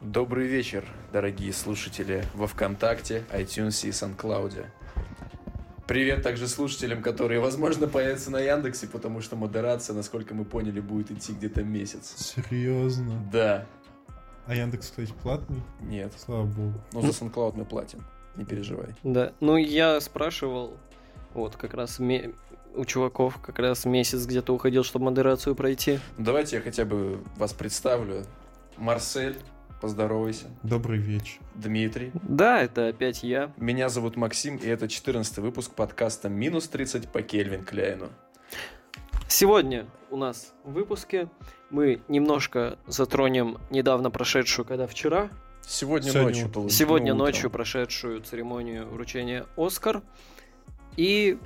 Добрый вечер, дорогие слушатели во ВКонтакте, iTunes и SoundCloud. Привет также слушателям, которые, возможно, появятся на Яндексе, потому что модерация, насколько мы поняли, будет идти где-то месяц. Серьезно. Да, А Яндекс, кстати, платный? нет. Слава богу. Но за SoundCloud мы платим, не переживай. Да, ну я спрашивал, вот как раз ме- у чуваков как раз месяц где-то уходил, чтобы модерацию пройти. Ну, Давайте я хотя бы вас представлю. Марсель, поздоровайся. Добрый вечер. Дмитрий. Да, это опять я. Меня зовут Максим, и это 14 выпуск подкаста «Минус 30» по Кельвин Кляйну. Сегодня у нас в выпуске мы немножко затронем недавно прошедшую, когда вчера, Сегодня, Сегодня ночью утром. получ- сегодня ну, утром. ночью прошедшую церемонию вручения Оскар. И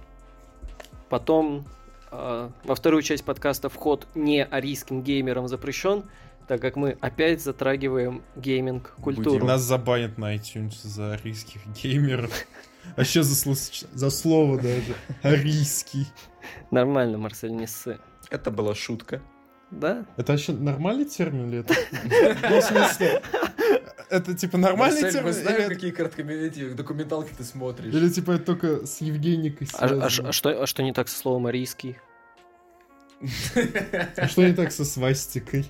потом э, во вторую часть подкаста вход не арийским геймерам запрещен, так как мы опять затрагиваем гейминг-культуру. Будем. Нас забанят на iTunes за арийских геймеров. Вообще за, слос- за слово даже. Арийский. Нормально, Марсель, не ссы. Это была шутка. Да? Это вообще нормальный термин или это? Ну, в смысле, это типа нормальный Марсель, термин? мы знаем, или это- какие короткометражки, документалки ты смотришь. Или типа это только с Евгеникой А, а ш- связано? а что, а что не так со словом арийский? А что не так со свастикой?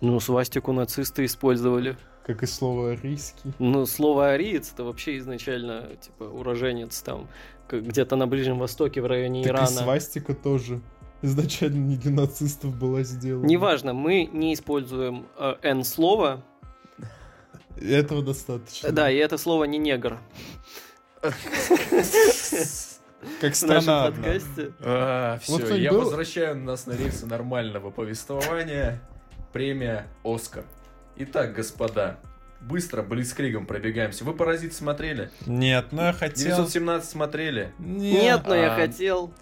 Ну, свастику нацисты использовали. Как и слово арийский. Ну, слово ариец это вообще изначально, типа, уроженец там, как где-то на Ближнем Востоке, в районе Так и Ирана. свастика тоже. Изначально не для нацистов была сделана. Неважно, мы не используем э, N-слово. И Этого достаточно. Да, и это слово не негр Как в нашем страна одна. подкасте. А, все, Вот кто-нибудь я был? возвращаю нас на рельсы нормального повествования. Премия «Оскар». Итак, господа, быстро блицкригом пробегаемся. Вы «Паразит» смотрели? Нет, ну я хотел... 917 смотрели? Нет, но я А. хотел.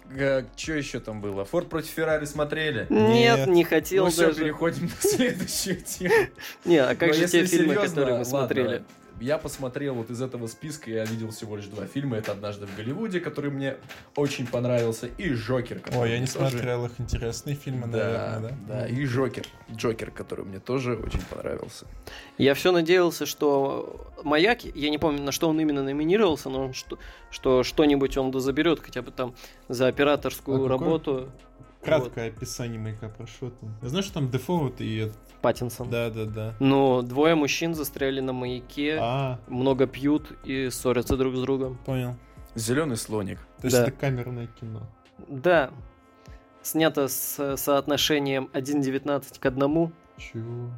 Что еще там было? «Форд против Феррари» смотрели? Нет, Нет. не хотел ну все, даже. переходим на следующую тему. Не, а как Но же если те фильмы, серьезно, которые мы ладно, смотрели? Я посмотрел вот из этого списка, я видел всего лишь два фильма. Это «Однажды в Голливуде», который мне очень понравился, и «Жокер». который Ой, я не мне тоже- смотрел их интересные Да, фильмы, наверное, да? да, и Джокер. Джокер, который мне тоже очень понравился. Я все надеялся, что Маяк, я не помню, на что он именно номинировался, но он что, что что-нибудь он заберет, хотя бы там за А операторскую какой? работу. Краткое описание маяка прошу. там. Я знаю, что там Дефо вот и... этот- Вот, Паттинсон. Да-да-да. Ну, двое мужчин застряли на маяке, А, много пьют и ссорятся друг с другом. понял. Зеленый слоник. То есть Да. это камерное кино. Да. Снято с соотношением 1.19 к 1. Чего?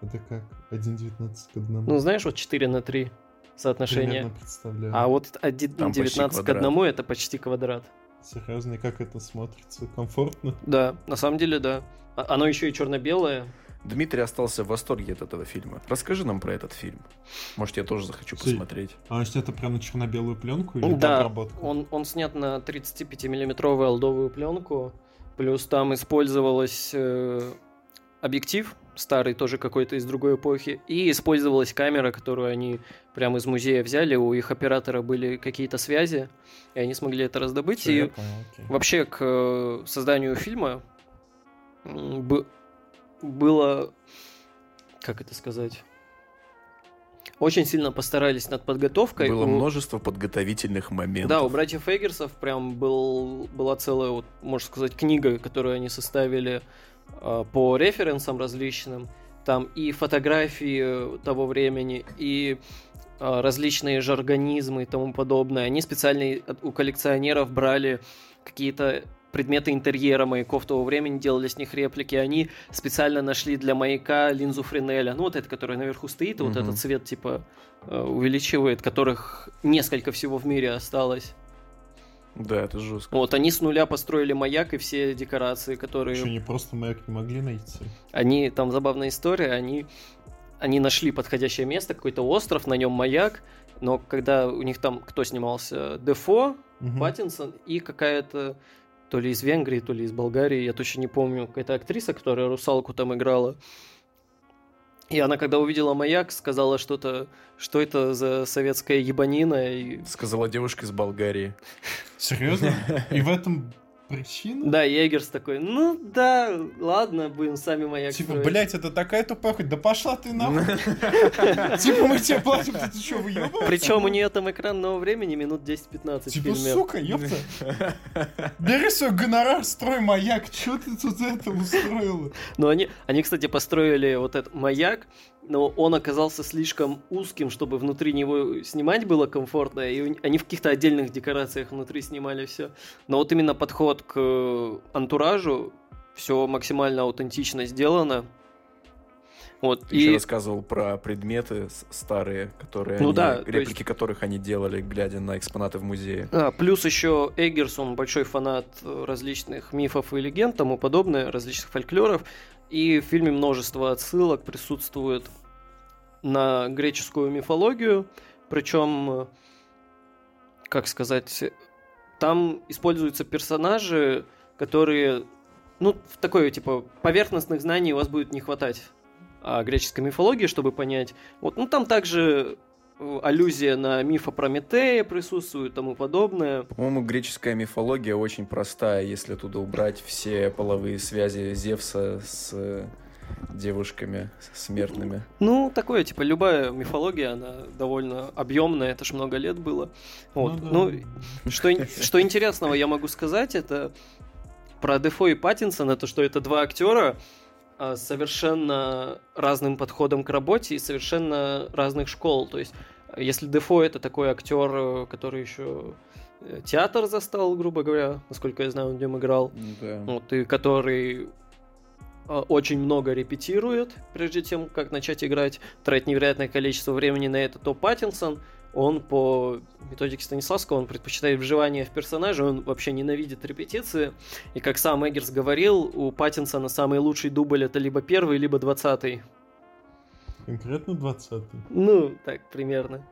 Это как? 1.19 к 1. Ну, знаешь, вот 4 на 3 соотношение. Примерно представляю. А вот Там почти 1.19 к квадрат. 1 это почти квадрат. Серьезно, и как это смотрится? Комфортно? Да, на самом деле, да. А- Оно еще и черно-белое. Дмитрий остался в восторге от этого фильма. Расскажи нам про этот фильм. Может, я тоже захочу Слушай, посмотреть. А значит, это прям на черно-белую пленку или Да, обработка? Он, он снят на 35-миллиметровую алдовую пленку, плюс там использовалась э, объектив, старый тоже какой-то из другой эпохи, и использовалась камера, которую они прямо из музея взяли, у их оператора были какие-то связи, и они смогли это раздобыть. Всё, и я понял, окей. вообще к э, созданию фильма м, бы- было, как это сказать... Очень сильно постарались над подготовкой. Было У- множество подготовительных моментов. да, у братьев Эггерсов прям был, была целая, вот, можно сказать, книга, которую они составили э, по референсам различным. Там и фотографии э, того времени, и э, различные жаргонизмы и тому подобное. Они специально и от- у коллекционеров брали какие-то предметы интерьера маяков того времени, делали с них реплики. Они специально нашли для маяка линзу Френеля. Ну, вот эта, которая наверху стоит, и вот Мгм. этот цвет, типа, э, увеличивает, которых несколько всего в мире осталось. Да, это жестко. Вот, они с нуля построили маяк и все декорации, которые... Еще не просто маяк не могли найти. Они, там забавная история, они, они нашли подходящее место, какой-то остров, на нем маяк, но когда у них там, кто снимался, Дефо, Мгм. Паттинсон и какая-то то ли из Венгрии, то ли из Болгарии, я точно не помню, какая-то актриса, которая русалку там играла. И она, когда увидела маяк, сказала что-то, что это за советская ебанина, и Сказала девушка из Болгарии. Серьезно? И в этом причина? Да, Егерс такой, ну да, ладно, будем сами маяк Типа, строить». блять, это такая тупоха, да пошла ты нахуй. Типа, мы тебе платим, ты ты что, выебываешься? Причем у нее там экранного времени минут 10-15 Типа, фильме. сука, ёпта. Бери свой гонорар, строй маяк. Чё ты тут это устроила? Но они, они, кстати, построили вот этот маяк, но он оказался слишком узким, чтобы внутри него снимать было комфортно, и у- они в каких-то отдельных декорациях внутри снимали все. Но вот именно подход к э, антуражу, все максимально аутентично сделано. Вот, Ты еще и рассказывал про предметы с- старые, которые Ну они- да, то реплики есть- которых они делали, глядя на экспонаты в музее. А, плюс еще Эггерс, он большой фанат э, различных мифов и легенд, тому подобное, различных фольклоров. И в фильме множество отсылок присутствует на греческую мифологию. Причем, как сказать, там используются персонажи, которые, ну, в такой, типа, поверхностных знаний у вас будет не хватать о греческой мифологии, чтобы понять. Вот, ну, там также э, аллюзия на миф о Прометея присутствует и тому подобное. По-моему, греческая мифология очень простая, если оттуда убрать все половые связи Зевса с э, девушками с- смертными. Ну, такое, типа, любая мифология, она довольно объемная, это ж много лет было. Вот. да. Ну, что, ин- что интересного я могу сказать, это про Дефо и Паттинсона, то, что это два актера а, с совершенно разным подходом к работе и совершенно разных школ. То есть, э, если Дефо это такой актер, э, который еще э, театр застал, грубо говоря, насколько я знаю, он в нем играл, вот, и Ну, который а, очень много репетирует, прежде тем, как начать играть, тратит невероятное количество времени на это, то Паттинсон, он по методике Станиславского, он предпочитает вживание в персонажа, он вообще ненавидит репетиции, и как сам Эггерс говорил, у Паттинсона самый лучший дубль это либо первый, либо двадцатый. Конкретно 20 Ну, так примерно.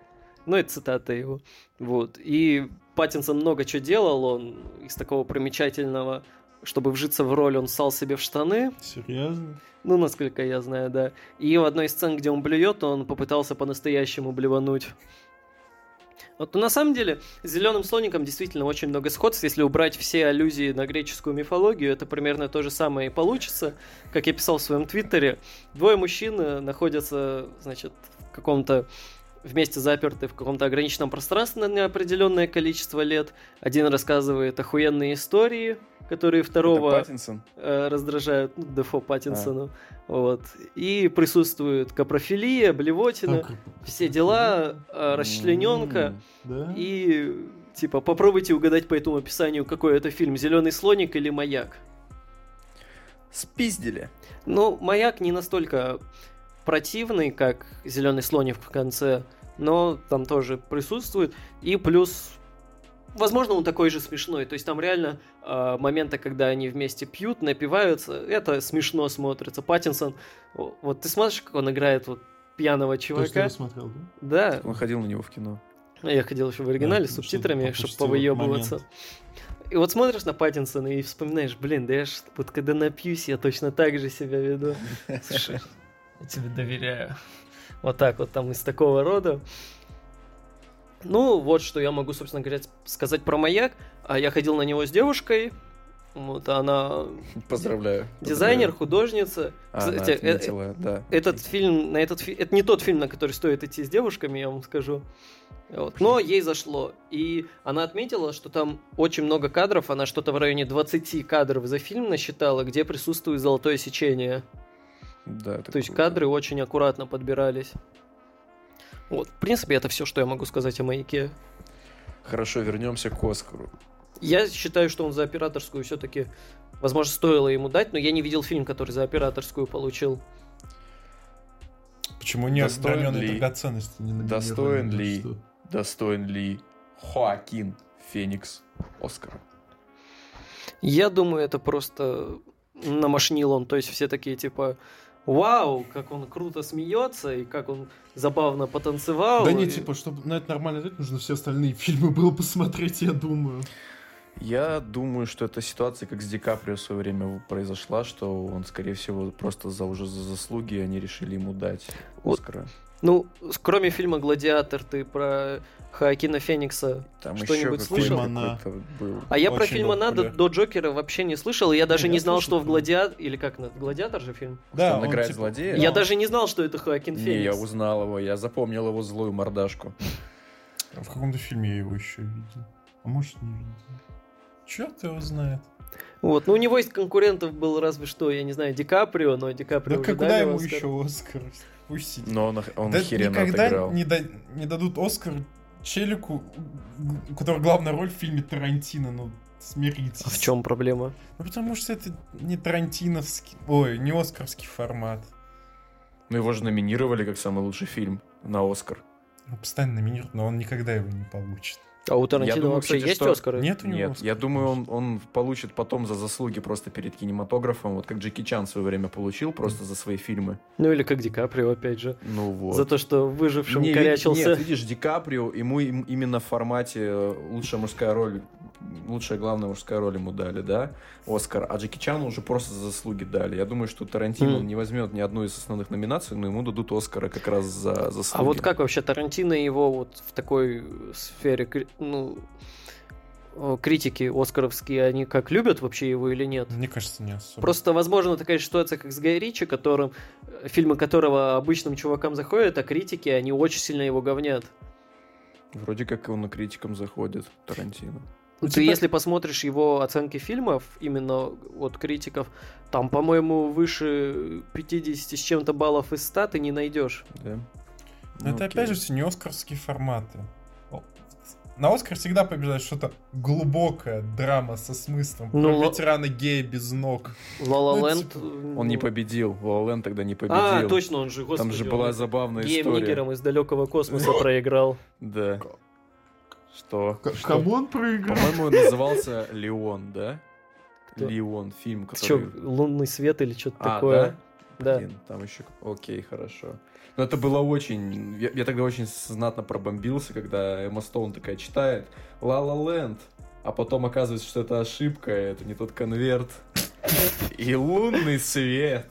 Ну, это цитата его. Вот. И Паттинсон много чего делал, он из такого примечательного, чтобы вжиться в роль, он ссал себе в штаны, Серьезно? ну, насколько я знаю, да. И в одной из сцен, где он блюет, он попытался по-настоящему блевануть. Вот ну, на самом деле, с зеленым слоником действительно очень много сходств. Если убрать все аллюзии на греческую мифологию, это примерно то же самое и получится. Как я писал в своем твиттере, двое мужчин э, находятся, значит, в каком-то вместе заперты в каком-то ограниченном пространстве на неопределенное количество лет. Один рассказывает охуенные истории, которые второго Паттинсон? э, раздражают ну, Дефо Паттинсону. Вот. И присутствует капрофилия, блевотина, Так, все дела, э, расчлененка. М. Да? И типа попробуйте угадать по этому описанию, какой это фильм, Зеленый слоник или Маяк. Спиздили. Ну, Маяк не настолько противный, как Зеленый слоник в конце, но там тоже присутствует. И плюс, возможно, он такой же смешной. То есть там реально э, моменты, когда они вместе пьют, напиваются, это смешно смотрится. Паттинсон, о, вот ты смотришь, как он играет вот пьяного То, что чувака. я смотрел, да? Да, Он ходил на него в кино. Ну, я ходил еще в оригинале Да, с чтобы субтитрами, попустил чтобы повыебываться. момент. И вот смотришь на Паттинсона и вспоминаешь, блин, да я ж вот когда напьюсь, я точно так же себя веду. Слушай, я тебе доверяю. Вот так вот там из такого рода. Ну, вот что я могу, собственно говоря, сказать про маяк. А я ходил на него с девушкой. Вот она Поздравляю. дизайнер, художница. А, она Кстати, э- отметила, да. этот фильм, на этот фи- это не тот фильм, на который стоит идти с девушками, я вам скажу. Вот. Но ей зашло. И она отметила, что там очень много кадров, она что-то в районе 20 кадров за фильм насчитала, где присутствует золотое сечение. Да, это То есть круто. кадры очень аккуратно подбирались. Вот, в принципе, это все, что я могу сказать о маяке. Хорошо, вернемся к Оскару. Я считаю, что он за операторскую все-таки, возможно, стоило ему дать, но я не видел фильм, который за операторскую получил. Почему не Достоин отдаленные ли- драгоценности не номинированы? достоин Ну ли- что? Достоин ли Хоакин Феникс Оскара? Я думаю, это просто намашнил он. То есть все такие типа, вау, как он круто смеется и как он забавно потанцевал. Да не, И- типа, чтобы на это нормально ответить, нужно все остальные фильмы было посмотреть, я думаю. Я думаю, что эта ситуация, как с Ди Каприо в свое время произошла, что он, скорее всего, просто за уже за заслуги они решили ему дать Вот. Оскара. Ну, с- кроме фильма «Гладиатор», ты про Хоакина Феникса Там Что-нибудь еще какой-то слышал? какой-то был. А я про Очень фильма был Надо популярен. до Джокера вообще не слышал. и Я даже я не знал, слышал что в Гладиатор. Или как на Гладиатор же фильм? он играет типа, злодея? Да. ну- Я даже не знал, что это Хоакин Не, я Феникс. узнал его, я запомнил его злую мордашку. В каком-то фильме я его еще видел. А может, не видел. Черт его знает. Вот. Ну, у него есть конкурентов был разве что, я не знаю, Ди Каприо, но Ди Каприо Да уже когда дали ему Оскар. еще Оскар? Пусть сидит. Но он, он Да охеренно никогда отыграл. Не, да- не дадут Оскар челику, у которого главная роль в фильме Тарантино, ну смиритесь. А в чем проблема? Ну потому что это не тарантиновский, ой, не оскарский формат. Ну его же номинировали как самый лучший фильм на Оскар. Он постоянно номинирует, но он никогда его не получит. А у Тарантино думаю, вообще кстати, есть что- Оскары? Нет у него Нет, Оскара? я думаю, он, он получит потом за заслуги просто перед кинематографом, вот как Джеки Чан в свое время получил просто за свои фильмы. Ну или как Ди Каприо, опять же. Ну вот. За то, что выжившим Не, ви- корячился. Нет, видишь, Ди Каприо, ему им- именно в формате э, лучшая мужская роль, лучшая главная мужская роль ему дали, да, Оскар. А Джеки Чану уже просто за заслуги дали. Я думаю, что Тарантино Мгм. не возьмет ни одну из основных номинаций, но ему дадут Оскара как раз за заслуги. А вот как вообще Тарантино и его вот в такой сфере, кри- ну, э, критики оскаровские, они как любят вообще его или нет? Мне кажется, не особо. Просто, возможно, такая ситуация, как с Гай Ричи, которым, э, фильмы которого обычным чувакам заходят, а критики, они очень сильно его говнят. Вроде как он и критикам заходит, Тарантино. Ну, Ты, типа- если посмотришь его оценки фильмов, именно от критиков, там, по-моему, выше 50 с чем-то баллов из 100 ты не найдешь. Да? Но Ну, это окей. опять же все не оскарские форматы. О, На Оскар всегда побеждает что-то глубокое, драма со смыслом. про Ну, л- ветерана гея без ног. Ла-Ла Ну, это Ленд... типа- Он не победил, Лолен тогда не победил. А, точно, он же, Там господи, же он была это- забавная Геем история. Ну, Нигером из далекого космоса проиграл. Да. Что? Что? он проиграл? По-моему, он назывался Леон, да? Кто? Леон, фильм, Ты чё, который... лунный свет или что-то А, такое? да? Да. Блин, там еще... Окей, хорошо. Но это было очень... Я, я тогда очень знатно пробомбился, когда Эмма Стоун такая читает «Ла Ла Ленд», а потом оказывается, что это ошибка, это не тот конверт. И лунный свет.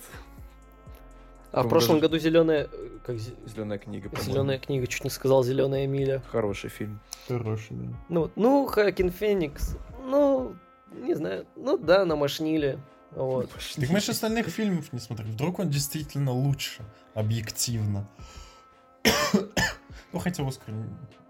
А в Он прошлом даже- году зеленая... Как Зеленая книга, по-моему. зеленая книга, чуть не сказал зеленая миля. Хороший фильм. Хороший, да. Ну, ну, Хакин Феникс. Ну, не знаю. Ну да, намашнили. Вот. Ты понимаешь, остальных фильмов не смотри. Вдруг он действительно лучше, объективно. ну, хотя Оскар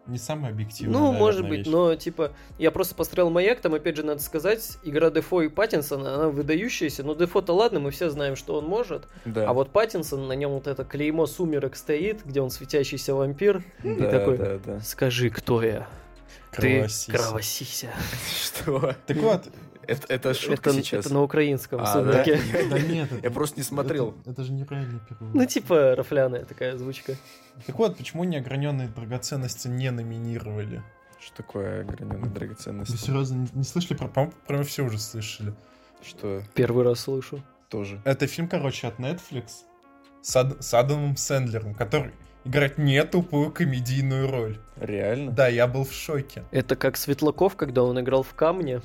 не самый объективный. Ну, наверное, может быть, вещь. но типа, я просто посмотрел маяк, там, опять же, надо сказать, игра Дефо и Паттинсона, она выдающаяся, но Дефо-то ладно, мы все знаем, что он может, Да. а вот Паттинсон, на нем вот это клеймо сумерок стоит, где он светящийся вампир, да, такой- да, да. Скажи, кто я? Кровосись. Ты кровосися. Что? Так вот, Это, это шутка Это, сейчас. это на украинском А, да, все-таки. да нет, Я просто не смотрел. Это, это же неправильный перевод. Ну, типа, рафляная такая озвучка. Так вот, почему неограненные драгоценности не номинировали? Что такое ограненная Вы драгоценность? серьезно не, не слышали про... По-моему, про все уже слышали. Что Первый раз слышу. тоже? Это фильм, короче, от Netflix с, Ад- с Адамом Сэндлером, который играет не тупую комедийную роль. Реально? Да, я был в шоке. Это как Светлаков, когда он играл в камне.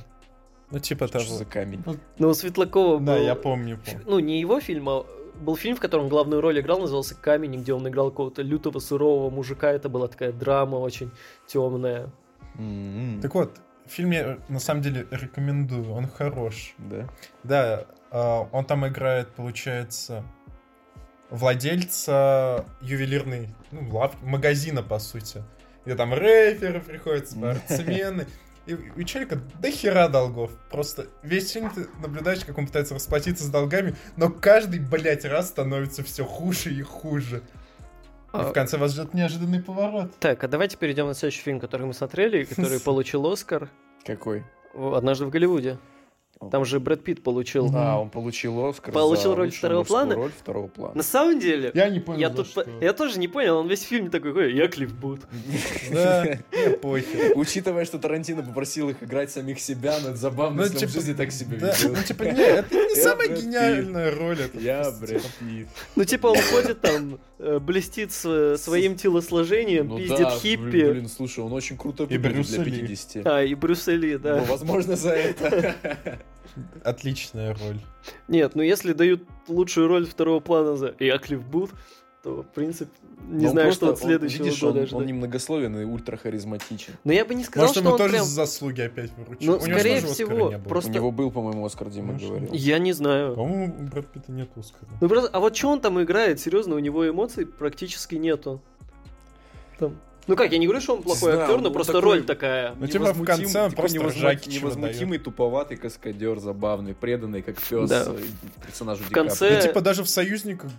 Ну, типа Что того. за камень? Но у Светлакова был... Да, я помню. помню. Ну, не его фильм, а был фильм, в котором главную роль играл, назывался «Камень», где он играл какого-то лютого, сурового мужика. Это была такая драма очень темная. М-м. Так вот, фильм я на самом деле рекомендую, он хорош. Да. Да, а, он там играет, получается, владельца ювелирной ну, лавки, магазина, по сути. Где там рэперы приходят, спортсмены. И у человека до хера долгов. Просто весь фильм ты наблюдаешь, как он пытается расплатиться с долгами, но каждый, блядь, раз становится все хуже и хуже. И в А, конце вас ждет неожиданный поворот. Так, а давайте перейдем на следующий фильм, который мы смотрели, и который получил Оскар Какой? «Однажды в Голливуде». Там же Брэд Питт получил. А, он получил Оскар. Получил за роль лучшую второго мужскую плана? Роль второго На плана. самом деле, Я не понял, я за тут... что. по- Я тоже не понял, он весь фильм такой, «Ой, я Клифф Бут». Да, мне похер. Учитывая, что Тарантино попросил их играть самих себя, но это забавно, Ну, если он в типа, жизни так себя Да, ну ведет. типа, не, это не Я самая Брэд Питт. гениальная роль. это Я, просто, Брэд типа, Питт. Ну, типа, он ходит там, э, блестит с- своим телосложением, Ну пиздит да, Э, хиппи. Блин, слушай, он очень круто выглядит Брюса для Ли. 50. А, и Брюс Ли, да. Ну, возможно, за это. Отличная роль. Нет, ну если дают лучшую роль второго плана за Яклиф Бут, то, в принципе, не Но он знаю, Ну, просто- что от он- следующего видишь, года он, ждать. он немногословен и ультрахаризматичен. Но я бы не сказал, Может, что ему он тоже прям... за заслуги опять выручил. Ну, У него же скорее тоже Оскара всего, не было. просто- У него был, по-моему, Оскар, Дима Конечно. говорил. Я не знаю. По-моему, у Брэд Питта нет Оскара. Ну просто, а вот что он там играет? Серьезно, у него эмоций практически нету. Там- Ну как, я не говорю, что он плохой Не знаю, актер, он- но он просто такой- роль такая. Ну, типа, в Невозмутим- конце он типа просто невозму- ржаки чего Невозмутимый, туповатый каскадер, забавный, преданный, как пес Да. э, персонажу В Ди Каприо. конце- Да, типа, даже в «Союзниках»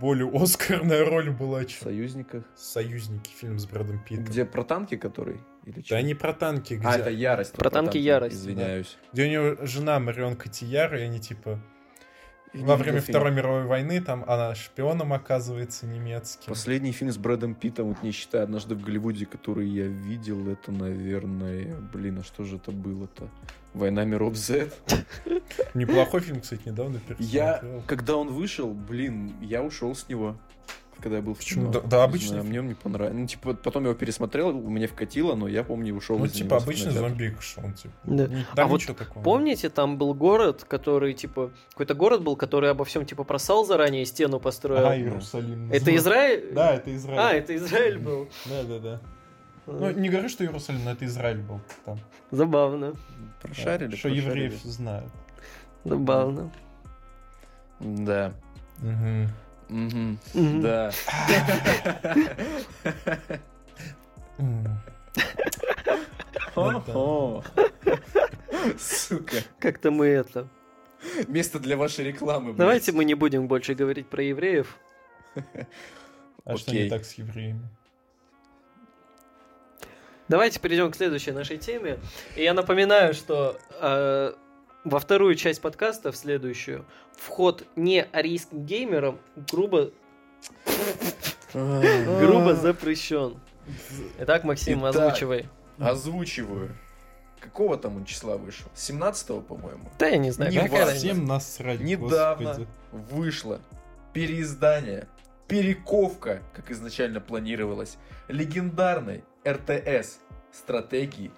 более Оскарная роль была, В чем союзниках. «Союзники», фильм с Брэдом Питтом. Где про танки, который? Или чё? Да не про танки, где, А, это ярость. Про танки ярость. Извиняюсь. где у него жена Марион Котияр, и они типа во время Второй мировой войны, там она шпионом оказывается немецким. Последний фильм с Брэдом Питтом, вот не считая «Однажды в Голливуде», который я видел, это, наверное... Блин, а что же это было-то? «Война миров Z». Неплохой фильм, кстати, недавно Я, пересмотрел. когда он вышел, блин, я ушел с него. Когда я был в Почему? кино. Да- да, Не знаю, обычный мне он не понравилось. Ну, типа, потом я его пересмотрел, мне вкатило, но я помню, ушел Ну, из типа, него с обычный кинотеатра. зомбик, что он, типа, Да. А не- там вот ничего такого. Помните, там был город, который, типа, какой-то город был, который обо всем, типа, просал заранее, и стену построил. А, Иерусалим. э, это Израиль? Да, это Израиль. А, это Израиль был. Да, да, да. Ну, не говорю, что Иерусалим, но это Израиль был там. Забавно, Прошарили, Что прошарили. евреев знают. забавно. Да. Мгм. Мгм. Да. М. Ну да. О-хо. Сука. Как-то мы это... Место для вашей рекламы. блядь. Давайте мы не будем больше говорить про евреев. А что Окей. не так с евреями? Давайте перейдем к следующей нашей теме. И я напоминаю, что э, во вторую часть подкаста, в следующую, вход не арийским геймерам грубо, грубо запрещен. А. Итак, Максим, Итак. озвучивай. Озвучиваю. Какого там он числа вышел? 17 по-моему. Да я не знаю, Не какая важно. разница. Всем насрать, Недавно господи. вышло переиздание, перековка, как изначально планировалось, легендарной РТС стратегии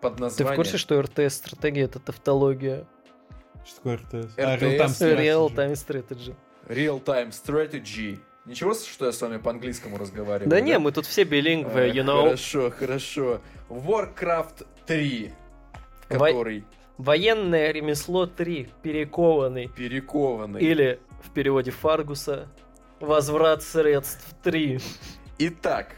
под Ты в названием... курсе, что РТС стратегия это тавтология? Что такое РТС? А, РТС? Real Time Strategy. Real Time Strategy. Ничего, что я с вами по-английскому разговариваю? Да не, мы тут все билингвы, Э, you know. Хорошо, хорошо. Warcraft 3, Во- который Военное ремесло 3, перекованный. перекованный. Или в переводе Фаргуса, возврат средств 3. Итак,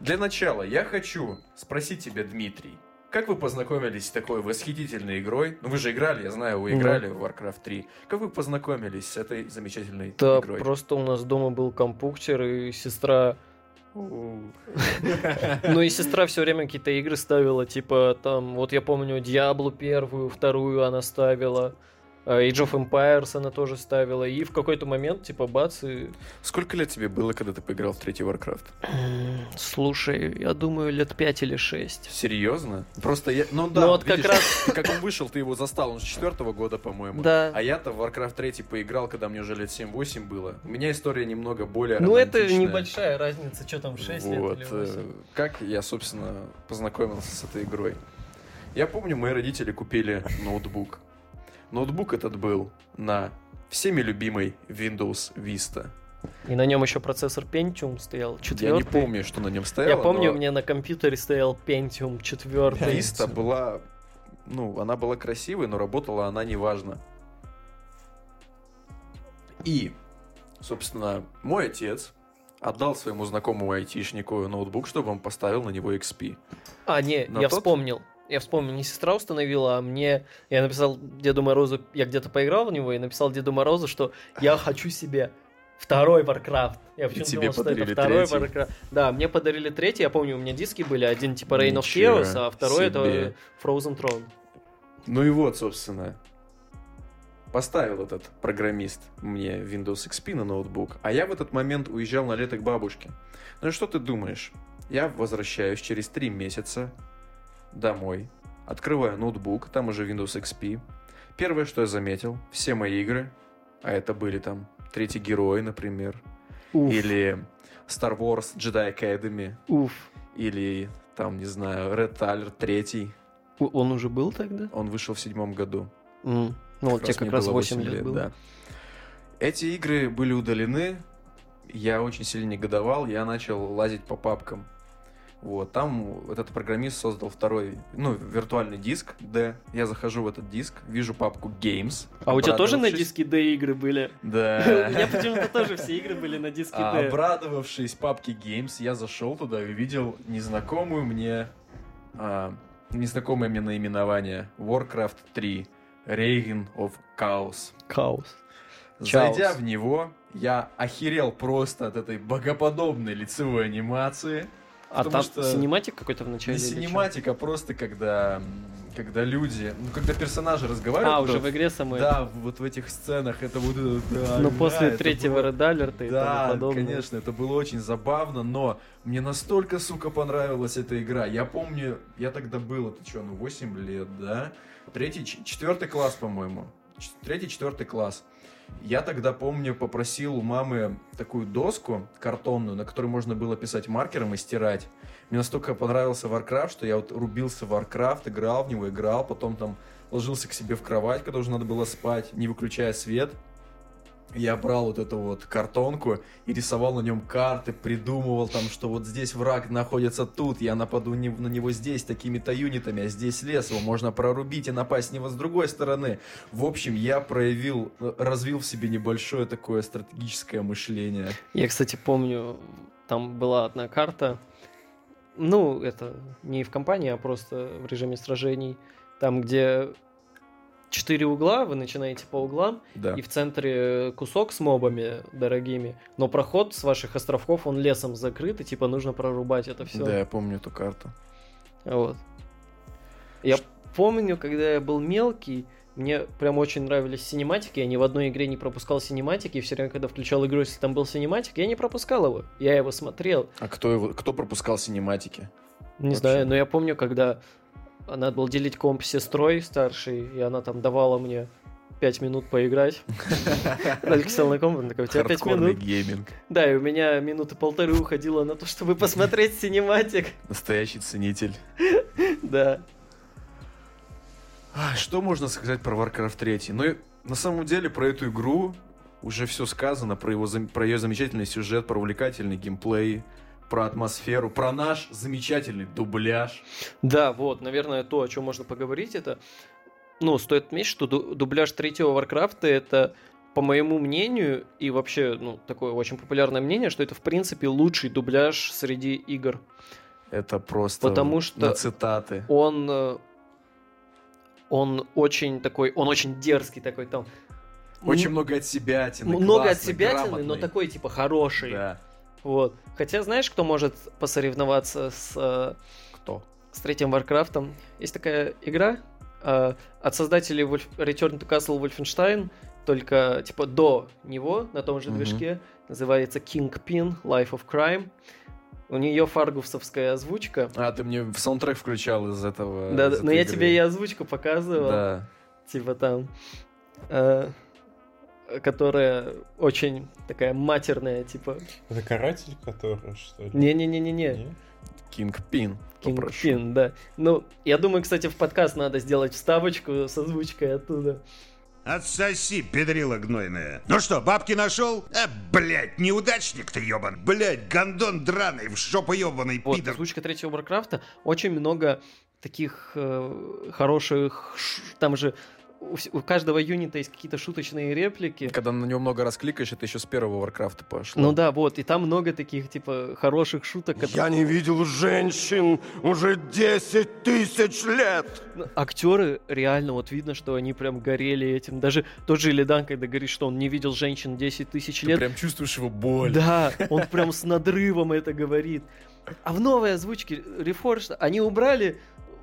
для начала я хочу спросить тебя, Дмитрий, как вы познакомились с такой восхитительной игрой? Ну вы же играли, я знаю, вы Ну. играли в Warcraft 3. Как вы познакомились с этой замечательной Да, игрой? просто у нас дома был компьютер, и сестра... Ну и сестра все время какие-то игры ставила, типа там, вот я помню, Диаблу первую, вторую она ставила, э, Age of Empires она тоже ставила, и в какой-то момент, типа, бац, и... Сколько лет тебе было, когда ты поиграл в третий Warcraft? Слушай, я думаю, лет пять или шесть. Серьезно? Просто я... Ну да, Ну вот как видишь, ты Как он вышел, ты его застал, он с четвертого года, по-моему. Да. А я-то в Warcraft 3 поиграл, когда мне уже лет 7-8 было. У меня история немного более Ну это романтичная. небольшая разница, что там, 6 Ну, лет Вот, или э, 8. Как я, собственно, познакомился с этой игрой? Я помню, мои родители купили ноутбук. Ноутбук этот был на всеми любимый Windows Vista. И на нем еще процессор Pentium стоял, Я не четвертый. помню, что на нем стояло. Я помню, но у меня на компьютере стоял Pentium 4. Vista была... Ну, она была красивой, но работала она неважно. И, собственно, мой отец отдал своему знакомому айтишнику ноутбук, чтобы он поставил на него XP. А, не, Но я тот- вспомнил. Я вспомнил, не сестра установила, а мне... Я написал Деду Морозу, я где-то поиграл в него, и написал Деду Морозу, что я хочу себе второй Warcraft. Я почему-то тебе думал, что это подарили второй третий. Warcraft. Да, мне подарили третий, я помню, у меня диски были, один типа Reign of Ничего Heroes, а себе. второй это Frozen Throne. Ну и вот, собственно, поставил этот программист мне Windows XP на ноутбук, а я в этот момент уезжал на лето к бабушке. Ну и что ты думаешь? Я возвращаюсь через три месяца домой, открываю ноутбук, там уже Windows XP. Первое, что я заметил, все мои игры, а это были там Третий Герой, например, Уф, или Star Wars Jedi Academy, уф. или там, не знаю, Red Alert 3, У- Он уже был тогда? он вышел в седьмом году. М, Ну, вот тебе мне как раз было 8 восемь лет было. да. Эти игры были удалены, я очень сильно негодовал, я начал лазить по папкам. Вот, там этот программист создал второй, ну, виртуальный диск D. Я захожу в этот диск, вижу папку Games. А у тебя тоже на обрадовавшись- диске D игры были? У Да. меня почему-то тоже все игры были на диске А, D. Обрадовавшись папке Games, я зашел туда и увидел незнакомую мне а, незнакомое мне наименование Warcraft 3 Reign of Chaos. Хаос. Зайдя Chaos. в него, я охерел просто от этой богоподобной лицевой анимации. А Потому там что- синематик какой-то в начале? Не или чё? синематика, а просто когда, м, когда люди, ну когда персонажи разговаривают. А, вот уже это- в игре самой. Да, вот в этих сценах это вот это, да, да, Но Ну, после это третьего было- Red Alert и тому Да, подобное. конечно, это было очень забавно, но мне настолько, сука, понравилась эта игра. Я помню, я тогда был, это что, ну 8 лет, да? Третий, ч- четвертый класс, по-моему. Ч- Третий, четвертый класс. Я тогда, помню, попросил у мамы такую доску картонную, на которой можно было писать маркером и стирать. Мне настолько понравился Warcraft, что я вот рубился в Warcraft, играл в него, играл, потом там ложился к себе в кровать, когда уже надо было спать, не выключая свет. Я брал вот эту вот картонку и рисовал на нем карты, придумывал там, что вот здесь враг находится тут, я нападу не- на него здесь такими-то юнитами, а здесь лес, его можно прорубить и напасть на него с другой стороны. В общем, я проявил, э, развил в себе небольшое такое стратегическое мышление. Я, кстати, помню, там была одна карта. Ну, это не в компании, а просто в режиме сражений. Там, где четыре угла, вы начинаете по углам, Да. и в центре кусок с мобами дорогими, но проход с ваших островков, он лесом закрыт, и типа нужно прорубать это все. Да, я помню эту карту. Вот. Я помню, когда я был мелкий, мне прям очень нравились синематики. Я ни в одной игре не пропускал синематики. И все время, когда включал игру, если там был синематик, я не пропускал его. Я его смотрел. А кто, его, кто пропускал синематики? Не Вообще. знаю, но я помню, когда надо было делить комп с сестрой старшей, и она там давала мне 5 минут поиграть. Она села на комп, она такая, у тебя 5 Хардкорный минут. гейминг. Да, и у меня минуты полторы уходило на то, чтобы посмотреть синематик. Настоящий ценитель. Да. А, Что можно сказать про Warcraft 3? Ну, и на самом деле, про эту игру уже все сказано, про, его, зам- про ее замечательный сюжет, про увлекательный геймплей, про атмосферу, про наш замечательный дубляж. Да, вот, наверное, то, о чем можно поговорить, это... Ну, стоит отметить, что ду- дубляж третьего Варкрафта это, по моему мнению, и вообще, ну, такое очень популярное мнение, что это, в принципе, лучший дубляж среди игр. Это просто Потому что- на цитаты. Он... э, Он очень такой... Он очень дерзкий такой там. Очень М- много от себя Много от себя но такой, типа, хороший. Да. Вот. Хотя, знаешь, кто может посоревноваться с... э, Кто? с третьим Варкрафтом. Есть такая игра э, от создателей Wolf- Return to Castle Wolfenstein, только типа до него, на том же Мгм. движке, называется Kingpin Life of Crime. У нее фаргусовская озвучка. А, ты мне в саундтрек включал из этого. да, из да, но этой я Э, игры. тебе и озвучку показывал, Да. типа там, э, которая очень такая матерная, типа. Это каратель, который, что ли? Не-не-не-не-не. Не? Кинг Пин. попрошу. Кингпин, да. Ну, я думаю, кстати, в подкаст надо сделать вставочку с озвучкой оттуда. Отсоси, педрила гнойная. Ну что, бабки нашел? А, блядь, неудачник ты, ебан. Блядь, гондон драный, в жопу ебаный, Вот, пидор. озвучка третьего Варкрафта очень много таких э, хороших... ш- Там же у, вс- у каждого юнита есть какие-то шуточные реплики. Когда на него много раз кликаешь, это еще с первого Варкрафта пошло. Ну да, вот, и там много таких, типа, хороших шуток. Я не видел женщин уже 10 тысяч лет. Актеры реально, вот видно, что они прям горели этим. Даже тот же Илидан, когда говорит, что он не видел женщин 10 тысяч Ты лет, прям чувствуешь его боль. Да, он прям с надрывом это говорит. А в новой озвучке Reforged они убрали,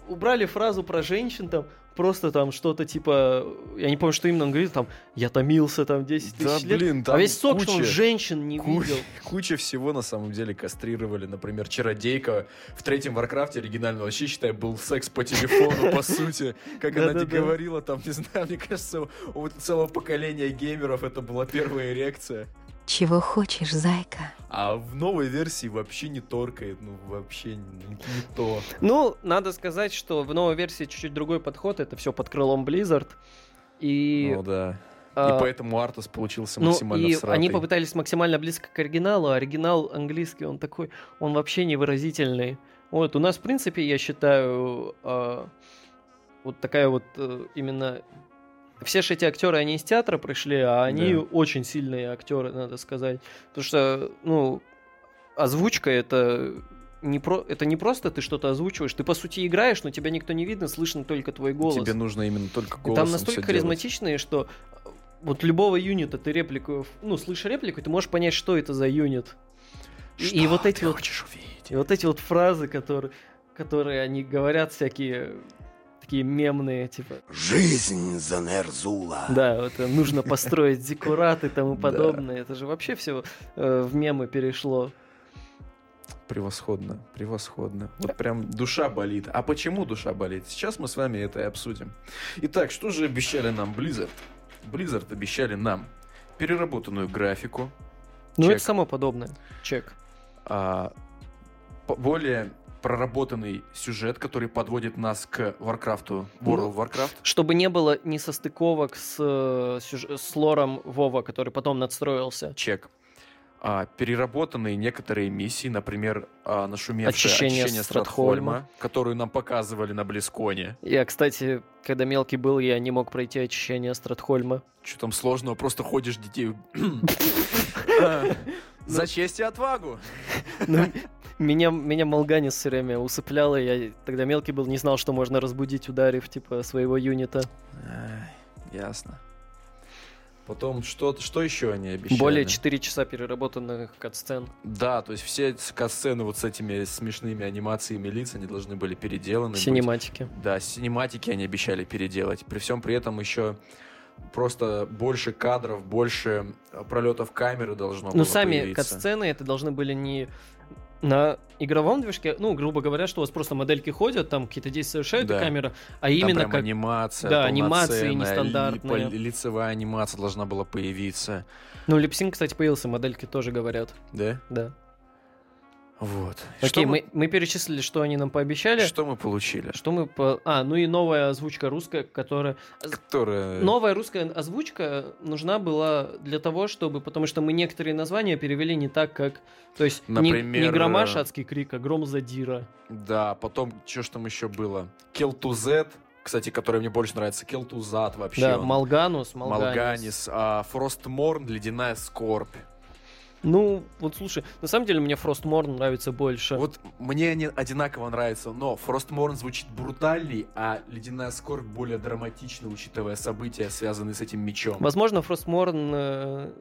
убрали фразу про женщин там, просто там что-то типа, я не помню, что именно он говорит, там, я томился там 10 Да, тысяч лет. блин, а там весь сок, что он куча- женщин не Ку- видел. Куча всего на самом деле кастрировали. Например, чародейка в третьем Варкрафте оригинально вообще, считай, был секс по телефону, по сути. Как она не Да-да-да. говорила, там, не знаю, мне кажется, у- у целого поколения геймеров это была первая эрекция. Чего хочешь, зайка? А в новой версии вообще не торкает, ну вообще не, не то. Ну, надо сказать, что в новой версии чуть-чуть другой подход, это все под крылом Blizzard. И Ну да. И а, поэтому Артус получился ну, максимально и всратый. они попытались максимально близко к оригиналу, а оригинал английский, он такой, он вообще невыразительный. Вот, у нас, в принципе, я считаю, а, вот такая вот э, именно... Все же эти актеры, они из театра пришли, а они Да. очень сильные актеры, надо сказать. Потому что, ну, озвучка это не про... это не просто ты что-то озвучиваешь, ты по сути играешь, но тебя никто не видно, слышно только твой голос. Тебе нужно именно только И голосом там всё настолько делать. харизматичные, что э, вот любого юнита ты реплику, ну, слышишь реплику, и ты можешь понять, что это за юнит. И- и Что вот ты эти вот- хочешь увидеть? И вот эти вот фразы, которые, которые они говорят, всякие такие мемные, типа, Жизнь Занерзула. да, вот э, нужно построить декораты и тому Да. подобное. Это же вообще все в мемы перешло. Превосходно, превосходно. Вот прям душа болит. А почему душа болит? Сейчас мы с вами это и обсудим. Итак, что же обещали нам Blizzard? Blizzard обещали нам переработанную графику, Ну, Чек. это само подобное. Чек. а, по- более проработанный сюжет, который подводит нас к Варкрафту, World of Warcraft. Чтобы не было несостыковок с, э, сюж- с лором Вова, который потом надстроился. Чек. А, переработанные некоторые миссии, например, а, нашумевшее Очищение очищение, Стратхольма. Стратхольма, которую нам показывали на Близконе. Я, кстати, когда мелкий был, я не мог пройти очищение Стратхольма. Что там сложного? Просто ходишь детей. А, За честь и отвагу. Ну, Меня, меня Молганис все время усыплял, и я тогда мелкий был, не знал, что можно разбудить, ударив, типа, своего юнита. Ясно. Потом что, что еще они обещали? Более 4 часа переработанных катсцен. Да, то есть все эти катсцены вот с этими смешными анимациями лиц, они должны были переделаны. быть. Синематики. Да, синематики они обещали переделать. При всем при этом еще просто больше кадров, больше э, пролетов камеры должно было Ну, сами появиться. катсцены это должны были не на игровом движке, ну, грубо говоря, что у вас просто модельки ходят, там какие-то действия совершают, и Да. камера, а Там именно прям как... анимация, да, анимации полноценная, ли- нестандартные. пол- лицевая анимация должна была появиться, Ну, липсинг, кстати, появился, модельки тоже говорят, да? да. Вот. Окей, что, мы, мы перечислили, что они нам пообещали. мы, что мы получили? Что мы по... А, ну и новая озвучка русская, которая... Которое... Новая русская озвучка нужна была для того, чтобы... Потому что мы некоторые названия перевели не так, как... То есть не- не, Например, громаш э, адский крик, а гром задира. Да, потом, что ж там еще было? Kill to Z, кстати, который мне больше нравится. Kill to Z вообще. Да, он. Малганус, Малганис. Малганис. а, Frostmourne, Ледяная Скорбь. Ну, вот слушай, на самом деле мне Фростморн нравится больше. Вот мне они одинаково нравятся, но Frostmourne звучит брутальней, а Ледяная Скорбь более драматично, учитывая события, связанные с этим мечом. Возможно, Фростморн э,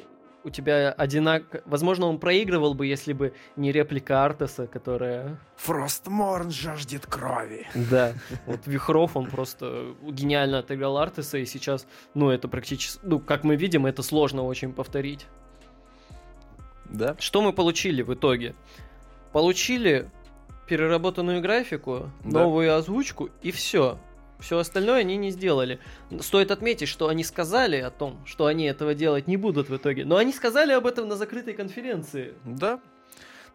у тебя одинак... Возможно, он проигрывал бы, если бы не реплика Артеса, которая... Frostmourne жаждет крови. Да, вот Вихров, он просто гениально отыграл Артеса, и сейчас, ну, это практически, ну, как мы видим, это сложно очень повторить. Да? Что мы получили в итоге? Получили переработанную графику, Да. новую озвучку и все. Все остальное они не сделали. Стоит отметить, что они сказали о том, что они этого делать не будут в итоге. Но они сказали об этом на закрытой конференции. Да.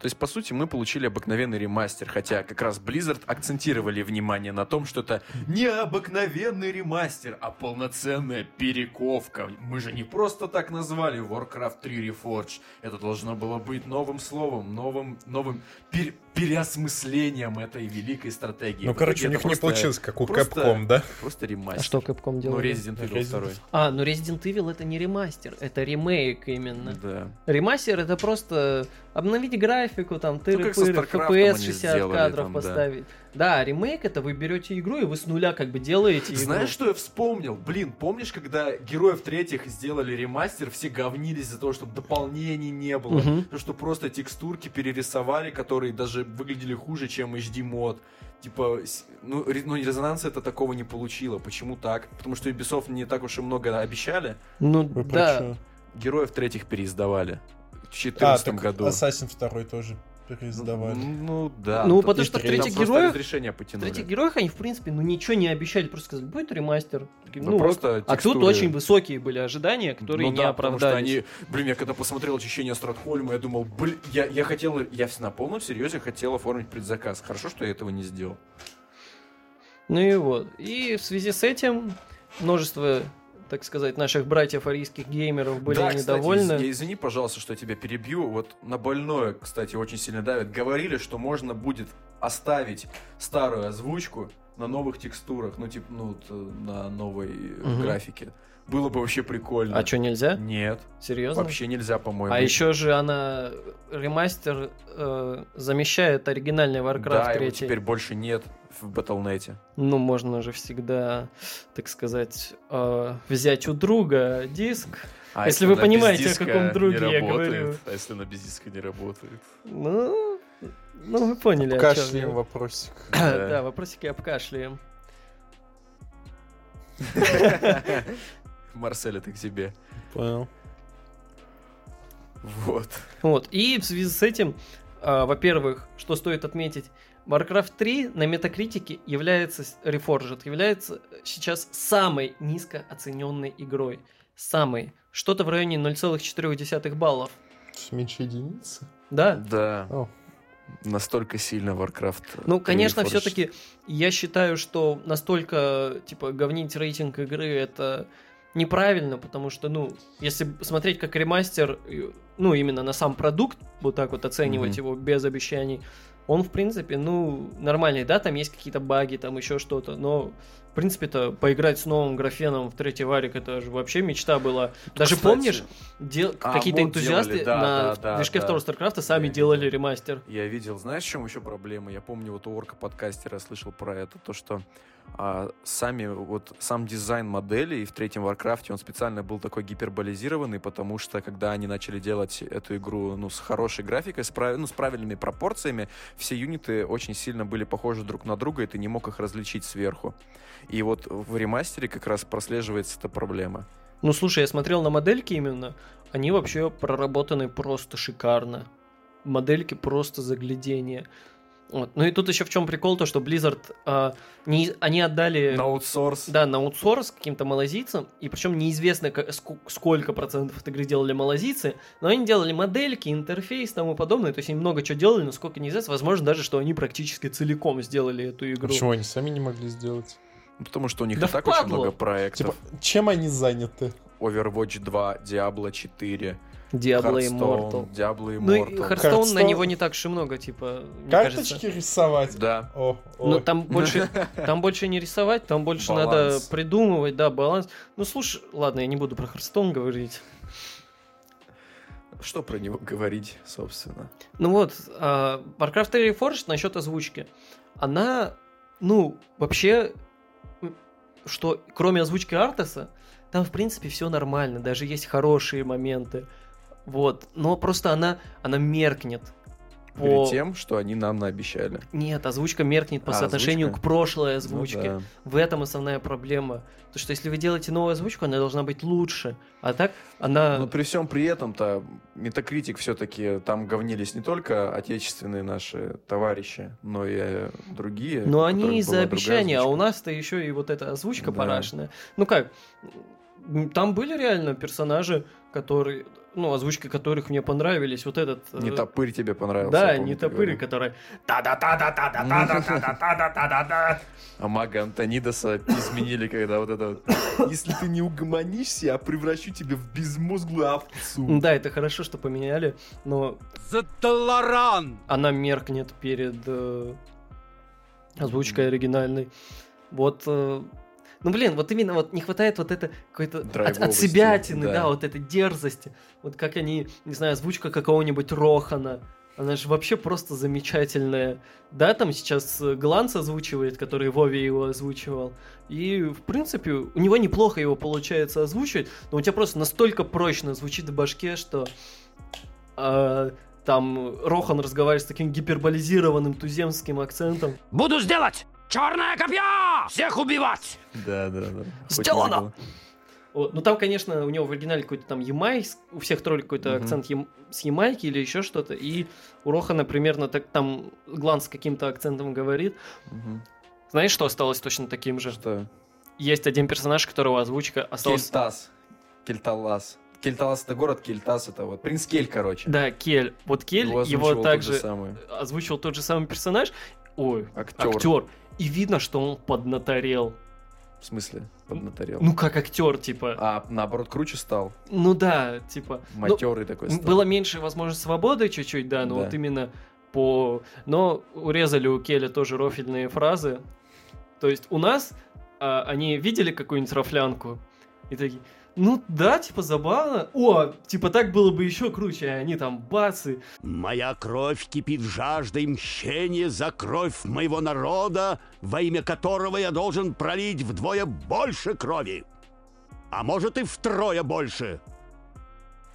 То есть, по сути, мы получили обыкновенный ремастер, хотя как раз Blizzard акцентировали внимание на том, что это не обыкновенный ремастер, а полноценная перековка. Мы же не просто так назвали Warcraft 3 Reforged. Это должно было быть новым словом, новым, новым пер- переосмыслением этой великой стратегии. Ну, В короче, итоге у это них не просто- получилось, как у просто- Capcom, да? Просто ремастер. А что Capcom Ну, делали? Resident Evil Resident 2. а, ну Resident Evil это не ремастер, это ремейк именно. Да. Ремастер это просто обновить графику, там, тыры Ну, как со пыры StarCraft'ом FPS они 60 сделали кадров там, да. поставить. Да. ремейк это вы берете игру и вы с нуля как бы делаете игру. Знаешь, что я вспомнил? Блин, помнишь, когда героев третьих сделали ремастер, все говнились из-за того, что дополнений не было, Мгм. то, что просто текстурки перерисовали, которые даже выглядели хуже, чем HD мод. Типа, с- ну, ре- ну резонанс это такого не получило. Почему так? Потому что Ubisoft не так уж и много обещали. Ну Вы про да. чё? Героев третьих переиздавали в А, 2014 так году. Ассасин второй тоже переиздавали. Ну да. Ну, Тут потому и что в там третьих просто героях- разрешение В потянули. третьих героях они, в принципе, ну ничего не обещали, просто сказали, будет ремастер. Такие, Ну, ну, просто ок. А тут текстуры- очень высокие были ожидания, которые Ну не да, потому что оправдались. они, блин, я когда посмотрел очищение Стратхольма, я думал, блин, я, я хотел, я вс- на полном серьезе хотел оформить предзаказ. Хорошо, что я этого не сделал. Ну и вот. И в связи с этим множество так сказать, наших братьев арийских геймеров были да, недовольны. Кстати, из- я извини, пожалуйста, что я тебя перебью. Вот на больное, кстати, очень сильно давит. Говорили, что можно будет оставить старую озвучку на новых текстурах, ну, типа, ну, вот, э, на новой э, Мгм. графике. Было бы вообще прикольно. А что, нельзя? Нет, Серьезно? вообще нельзя, по-моему. А еще же она э, ремастер э, замещает оригинальный Warcraft да, его 3. теперь больше нет в Battle.net. Ну, можно же всегда, так сказать, э, взять у друга диск. А Если вы она без понимаете, о диска каком не друге я работает? говорю. А если она без диска не работает? Ну, ну вы поняли, о чём Кашляем я. вопросик. Да. Да, вопросики обкашляем. Марсель, это к тебе. Понял. Вот. Вот. И в связи с этим, а, во-первых, что стоит отметить, Warcraft 3 на метакритике является, с- Reforged, является сейчас самой низко оцененной игрой. Самой. Что-то в районе 0,4 баллов. Меньше единицы? Да? Да. О. Настолько сильно Warcraft. Ну, конечно, Reforged. все-таки я считаю, что настолько, типа, говнить рейтинг игры это неправильно, потому что, ну, если б- смотреть как ремастер, и- ну, именно на сам продукт, вот так вот оценивать Мгм. его без обещаний, он, в принципе, ну, нормальный, да, там есть какие-то баги, там еще что-то, но, в принципе-то, поиграть с новым графеном в третий варик, это же вообще мечта была. Даже Кстати, помнишь, дел- А, какие-то мод энтузиасты делали, да, на да, да, движке да. второго Старкрафта сами Я делали видел. ремастер. Я видел, знаешь, в чем еще проблема? Я помню, вот у орка подкастера слышал про это, то, что а, сами, вот сам дизайн моделей в третьем Варкрафте, он специально был такой гиперболизированный, потому что, когда они начали делать эту игру, ну, с хорошей графикой, с, прав- ну, с правильными пропорциями, все юниты очень сильно были похожи друг на друга, и ты не мог их различить сверху. И вот в ремастере как раз прослеживается эта проблема. Ну, слушай, я смотрел на модельки именно. Они вообще проработаны просто шикарно. Модельки просто заглядение. Вот. Ну и тут еще в чем прикол, то что Blizzard, а, не, они отдали На аутсорс. Э, да, на аутсорс каким-то малазийцам, и причем неизвестно, ка- ску- сколько процентов от игры делали малазийцы, но они делали модельки, интерфейс и тому подобное, то есть они много чего делали, но сколько неизвестно, возможно даже, что они практически целиком сделали эту игру. Почему они сами не могли сделать? Ну, Потому что у них Да и так очень впадло. много проектов. Типа, чем они заняты? Overwatch 2, Diablo 4, Diablo Hearthstone, Immortal. Diablo Ну и Immortal. Hearthstone, на Hearthstone- него не так же много, типа, мне кажется. Карточки рисовать? Да. О, о. Ну, там больше, там больше не рисовать, там больше надо Баланс. придумывать, да, баланс. Ну, слушай, ладно, я не буду про Харстон говорить. Что про него говорить, собственно? Ну вот, а, Warcraft 3 Reforged насчет озвучки. Она, ну, вообще, м, что кроме озвучки Артаса, там, в принципе, все нормально, даже есть хорошие моменты. Вот, но просто она, она меркнет. по- Перед тем, что они нам наобещали. Нет, озвучка меркнет по А, соотношению озвучка? к прошлой озвучке. Ну да. В этом основная проблема. То, что если вы делаете новую озвучку, она должна быть лучше. А так она... Но при всем при этом-то Метакритик все-таки там говнились не только отечественные наши товарищи, но и э, другие. Но у они которых из-за была другая обещания, а озвучка. у нас-то еще и вот эта озвучка Да. парашная. Ну как, м, там были реально персонажи, которые... Ну, озвучки которых мне понравились. Вот этот... э, Не топырь тебе понравился. я Да, помню, не ты топыры, говорил. которые... А мага Антонидаса изменили, когда вот это вот. Если ты не угомонишься, я превращу тебя в безмозглую овцу. Да, это хорошо, что поменяли, но За Таларан! она меркнет перед э, озвучкой оригинальной. Вот. э, ну, блин, вот именно вот не хватает вот это какой-то от, от Драйвовости, себятины, да. да. вот этой дерзости. Вот как они, не знаю, озвучка какого-нибудь Рохана. Она же вообще просто замечательная. Да, там сейчас э, Гланс озвучивает, который Вове его озвучивал. И, в принципе, у него неплохо его получается озвучивать, но у тебя просто настолько прочно звучит в башке, что а, там Рохан разговаривает с таким гиперболизированным туземским акцентом. Буду сделать! Черное копье! Всех убивать! Да, да, да. Хоть Сделано! не было. Вот, Ну там, конечно, у него в оригинале какой-то там Ямай, с- у всех троллей какой-то Мгм. акцент ям- с Ямайки или еще что-то. И у Рохана примерно так там Глан с каким-то акцентом говорит. Мгм. Знаешь, что осталось точно таким же? Что? Есть один персонаж, которого озвучка осталась... Кельтас. Кельталас. Кельталас это город, Кельтас это вот. Принц Кель, короче. Да, Кель. Вот Кель, его, озвучивал тот также же самый озвучил тот же самый персонаж. Ой, актер. актер. И видно, что он поднаторел. В смысле, поднаторел? Ну, как актер, типа. А наоборот, круче стал? Ну да, типа. ну, Матерый такой стал? Было меньше, возможно, свободы чуть-чуть, да, но Да. вот именно по... Но урезали у Келя тоже рофильные фразы. То есть у нас а, они видели какую-нибудь рофлянку и такие, ну да, типа забавно. О, типа так было бы еще круче, а они там бацы. Моя кровь кипит жаждой мщения за кровь моего народа, во имя которого я должен пролить вдвое больше крови. А может и втрое больше.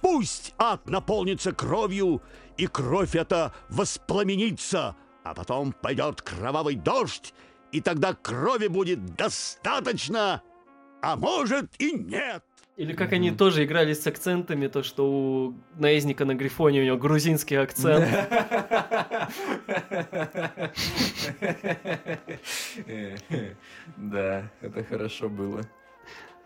Пусть ад наполнится кровью, и кровь эта воспламенится, а потом пойдет кровавый дождь, и тогда крови будет достаточно, а может и нет. Или как они тоже играли с акцентами, то что у наездника на грифоне у него грузинский акцент. Да, это хорошо было.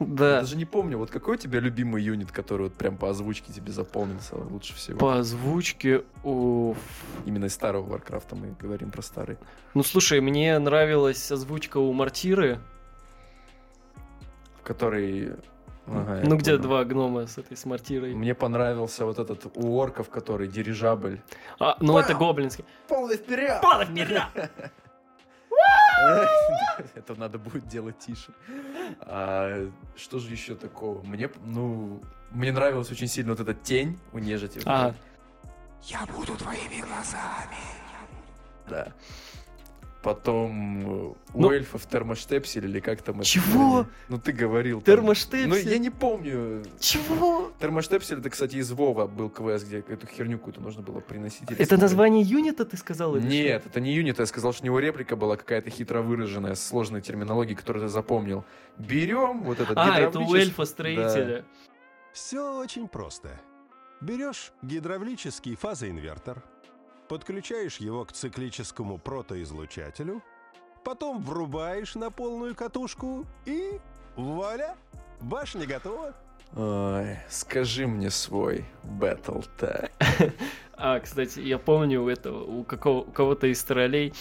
Я Да. даже не помню, вот какой у тебя любимый юнит, который вот прям по озвучке тебе запомнился лучше всего? По озвучке, уф, Именно из старого Варкрафта мы говорим про старый. Ну слушай, мне нравилась озвучка у Мартиры, Который... ага, я ну где понял. два гнома с этой с Мартирой. Мне понравился вот этот у орков, который дирижабль. А, ну это гоблинский. Полный вперед! Пала вперед! Это надо будет делать тише. А, что же еще такого? Мне, ну, мне нравилась очень сильно вот эта тень у нежити. А, Да. Потом э, у Ну- эльфов термоштепсель или как там это? Чего? были? Ну ты говорил. там. термоштепсель. Ну я не помню. Чего? Термоштепсель это, кстати, из Вова был квест, где эту херню какую-то нужно было приносить. или Это собирать. название юнита ты сказал? или Нет, это не юнит. Я сказал, что у него реплика была какая-то хитро выраженная, с сложной терминологией, которую ты запомнил. Берем вот этот что? А, это у гидравлический- эльфа-строителя. Все очень просто. Берешь гидравлический фазоинвертор, подключаешь его к циклическому протоизлучателю, потом врубаешь на полную катушку и вуаля, башня готова. Ой, скажи мне свой Battle Tag. А, кстати, я помню у этого, у, какого, у кого-то из троллей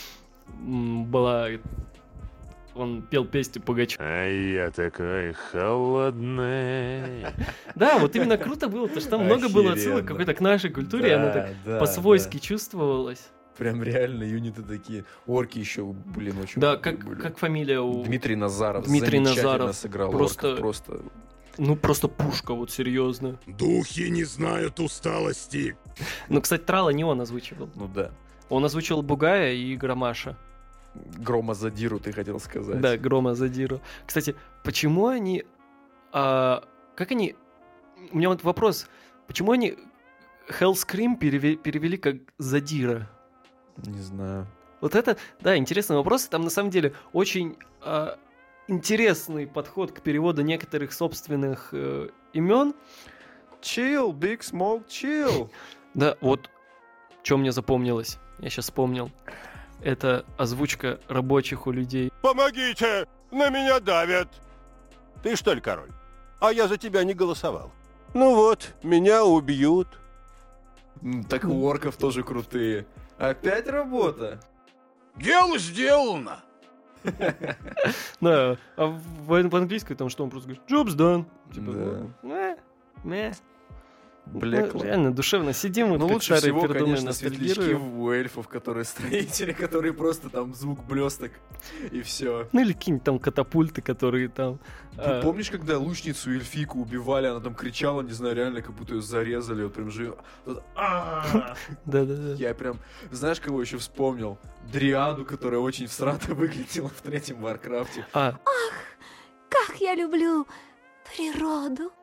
м, была... Он пел песню Пугачева. А я такой холодный. Да, вот именно круто было, потому что там много было отсылок Охеренно. какой-то к нашей культуре, и Да, она так да, по-свойски да. чувствовалась. Прям реально юниты такие. Орки еще, блин, очень Да, крутые как, были. как фамилия у... Дмитрий Назаров Дмитрий замечательно Назаров. сыграл Просто- просто... Просто Ну, просто пушка, вот серьезно. Духи не знают усталости. Ну, кстати, Трала не он озвучивал. Ну да. Он озвучил Бугая и Громаша. Грома задиру, ты хотел сказать. Да, Грома Задиру. Кстати, почему они... а, как они... У меня вот вопрос. Почему они Hellscream переве- перевели как Задира? Не знаю. Вот это, да, интересный вопрос. Там на самом деле очень а, интересный подход к переводу некоторых собственных э, имен. Chill, Big Smoke, chill. Да, вот что мне запомнилось. Я сейчас вспомнил. Это озвучка рабочих у людей. Помогите! На меня давят! Ты что ли король? А я за тебя не голосовал. Ну вот, меня убьют. М, Так у орков тоже крутые. Опять работа. Дело сделано. Да, а в, в английской там что он просто говорит? Job's done. Типа, Да. ну, э, мэ. Ну, Блекло. реально, душевно сидим, вот Ну как лучше старые всего, пердуны конечно, ностальгируем. светлячки у эльфов, которые строители, которые просто там звук блесток и все. Ну или какие-нибудь там катапульты, которые там... а, помнишь, когда лучницу эльфику убивали, она там кричала, не знаю, реально, как будто ее зарезали, вот прям живо. Вот, «А!» Да-да-да. Я прям, знаешь, кого еще вспомнил? Дриаду, которая очень всрато выглядела в третьем Варкрафте. А, Как я люблю природу.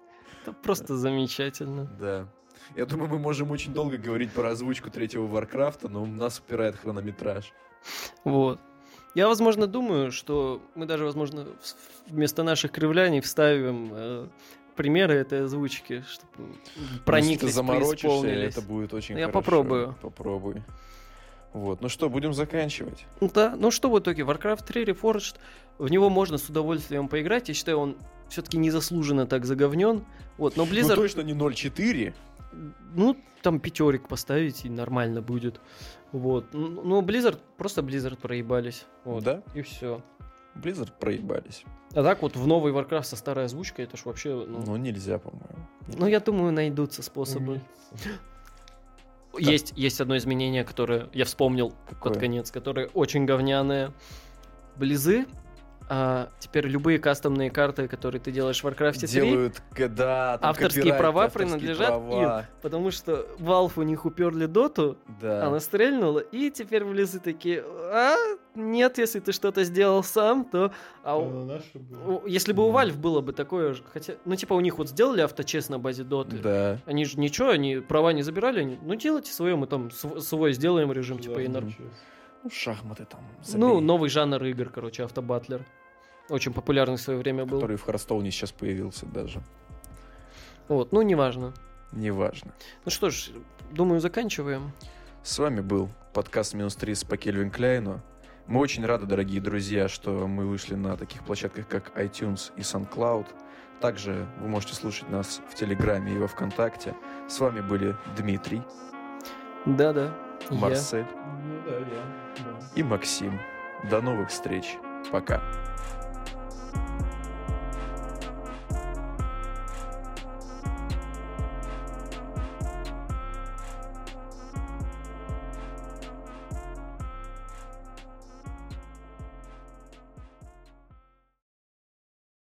это просто замечательно. Да. Я думаю, мы можем очень долго говорить про озвучку третьего Варкрафта, но у нас упирает хронометраж. Вот. Я, возможно, думаю, что мы даже, возможно, в- вместо наших кривляний вставим э, примеры этой озвучки, чтобы прониклись, Если ты заморочишься, преисполнились. это будет очень Ну, я хорошо. попробую. Попробуй. Вот, ну что, будем заканчивать. Ну Да, ну что в итоге, Warcraft 3 Reforged, в него можно с удовольствием поиграть, я считаю, он все-таки незаслуженно так заговнен. Вот, но Ну Blizzard, точно не 0.4. ну, там пятерик поставить и нормально будет. Вот, Н- но Blizzard, просто Blizzard проебались. Вот. Да? И все. Blizzard проебались. А так вот в новый Warcraft со старой озвучкой, это ж вообще... Ну, Ну, нельзя, по-моему. ну, я думаю, найдутся способы. Есть, есть одно изменение, которое я вспомнил Какое? под конец, которое очень говняное. Близы, а, теперь любые кастомные карты, которые ты делаешь в Warcraft 3, Делают, когда там авторские копирайт, права авторские принадлежат права. потому что Valve у них уперли доту, Да. она стрельнула, и теперь близы такие, а, нет, если ты что-то сделал сам, то... А Э, у- у- Если бы у Valve было бы такое же, хотя, ну типа у них вот сделали авточест на базе доты, Да. они же ничего, они права не забирали, они, ну делайте свое, мы там св- свой сделаем режим, типа и норм. Ну, шахматы там. Ну, забей, новый жанр игр, короче, автобатлер. Очень популярный в свое время был. Который в Харстоуне сейчас появился даже. Вот, ну неважно. Неважно. Ну что ж, думаю, заканчиваем. С вами был подкаст «Минус 30» по Кельвин Кляйну. Мы очень рады, дорогие друзья, что мы вышли на таких площадках, как iTunes и SoundCloud. Также вы можете слушать нас в Телеграме и во Вконтакте. С вами были Дмитрий, Да-да. я. Марсель и Максим. До новых встреч. Пока.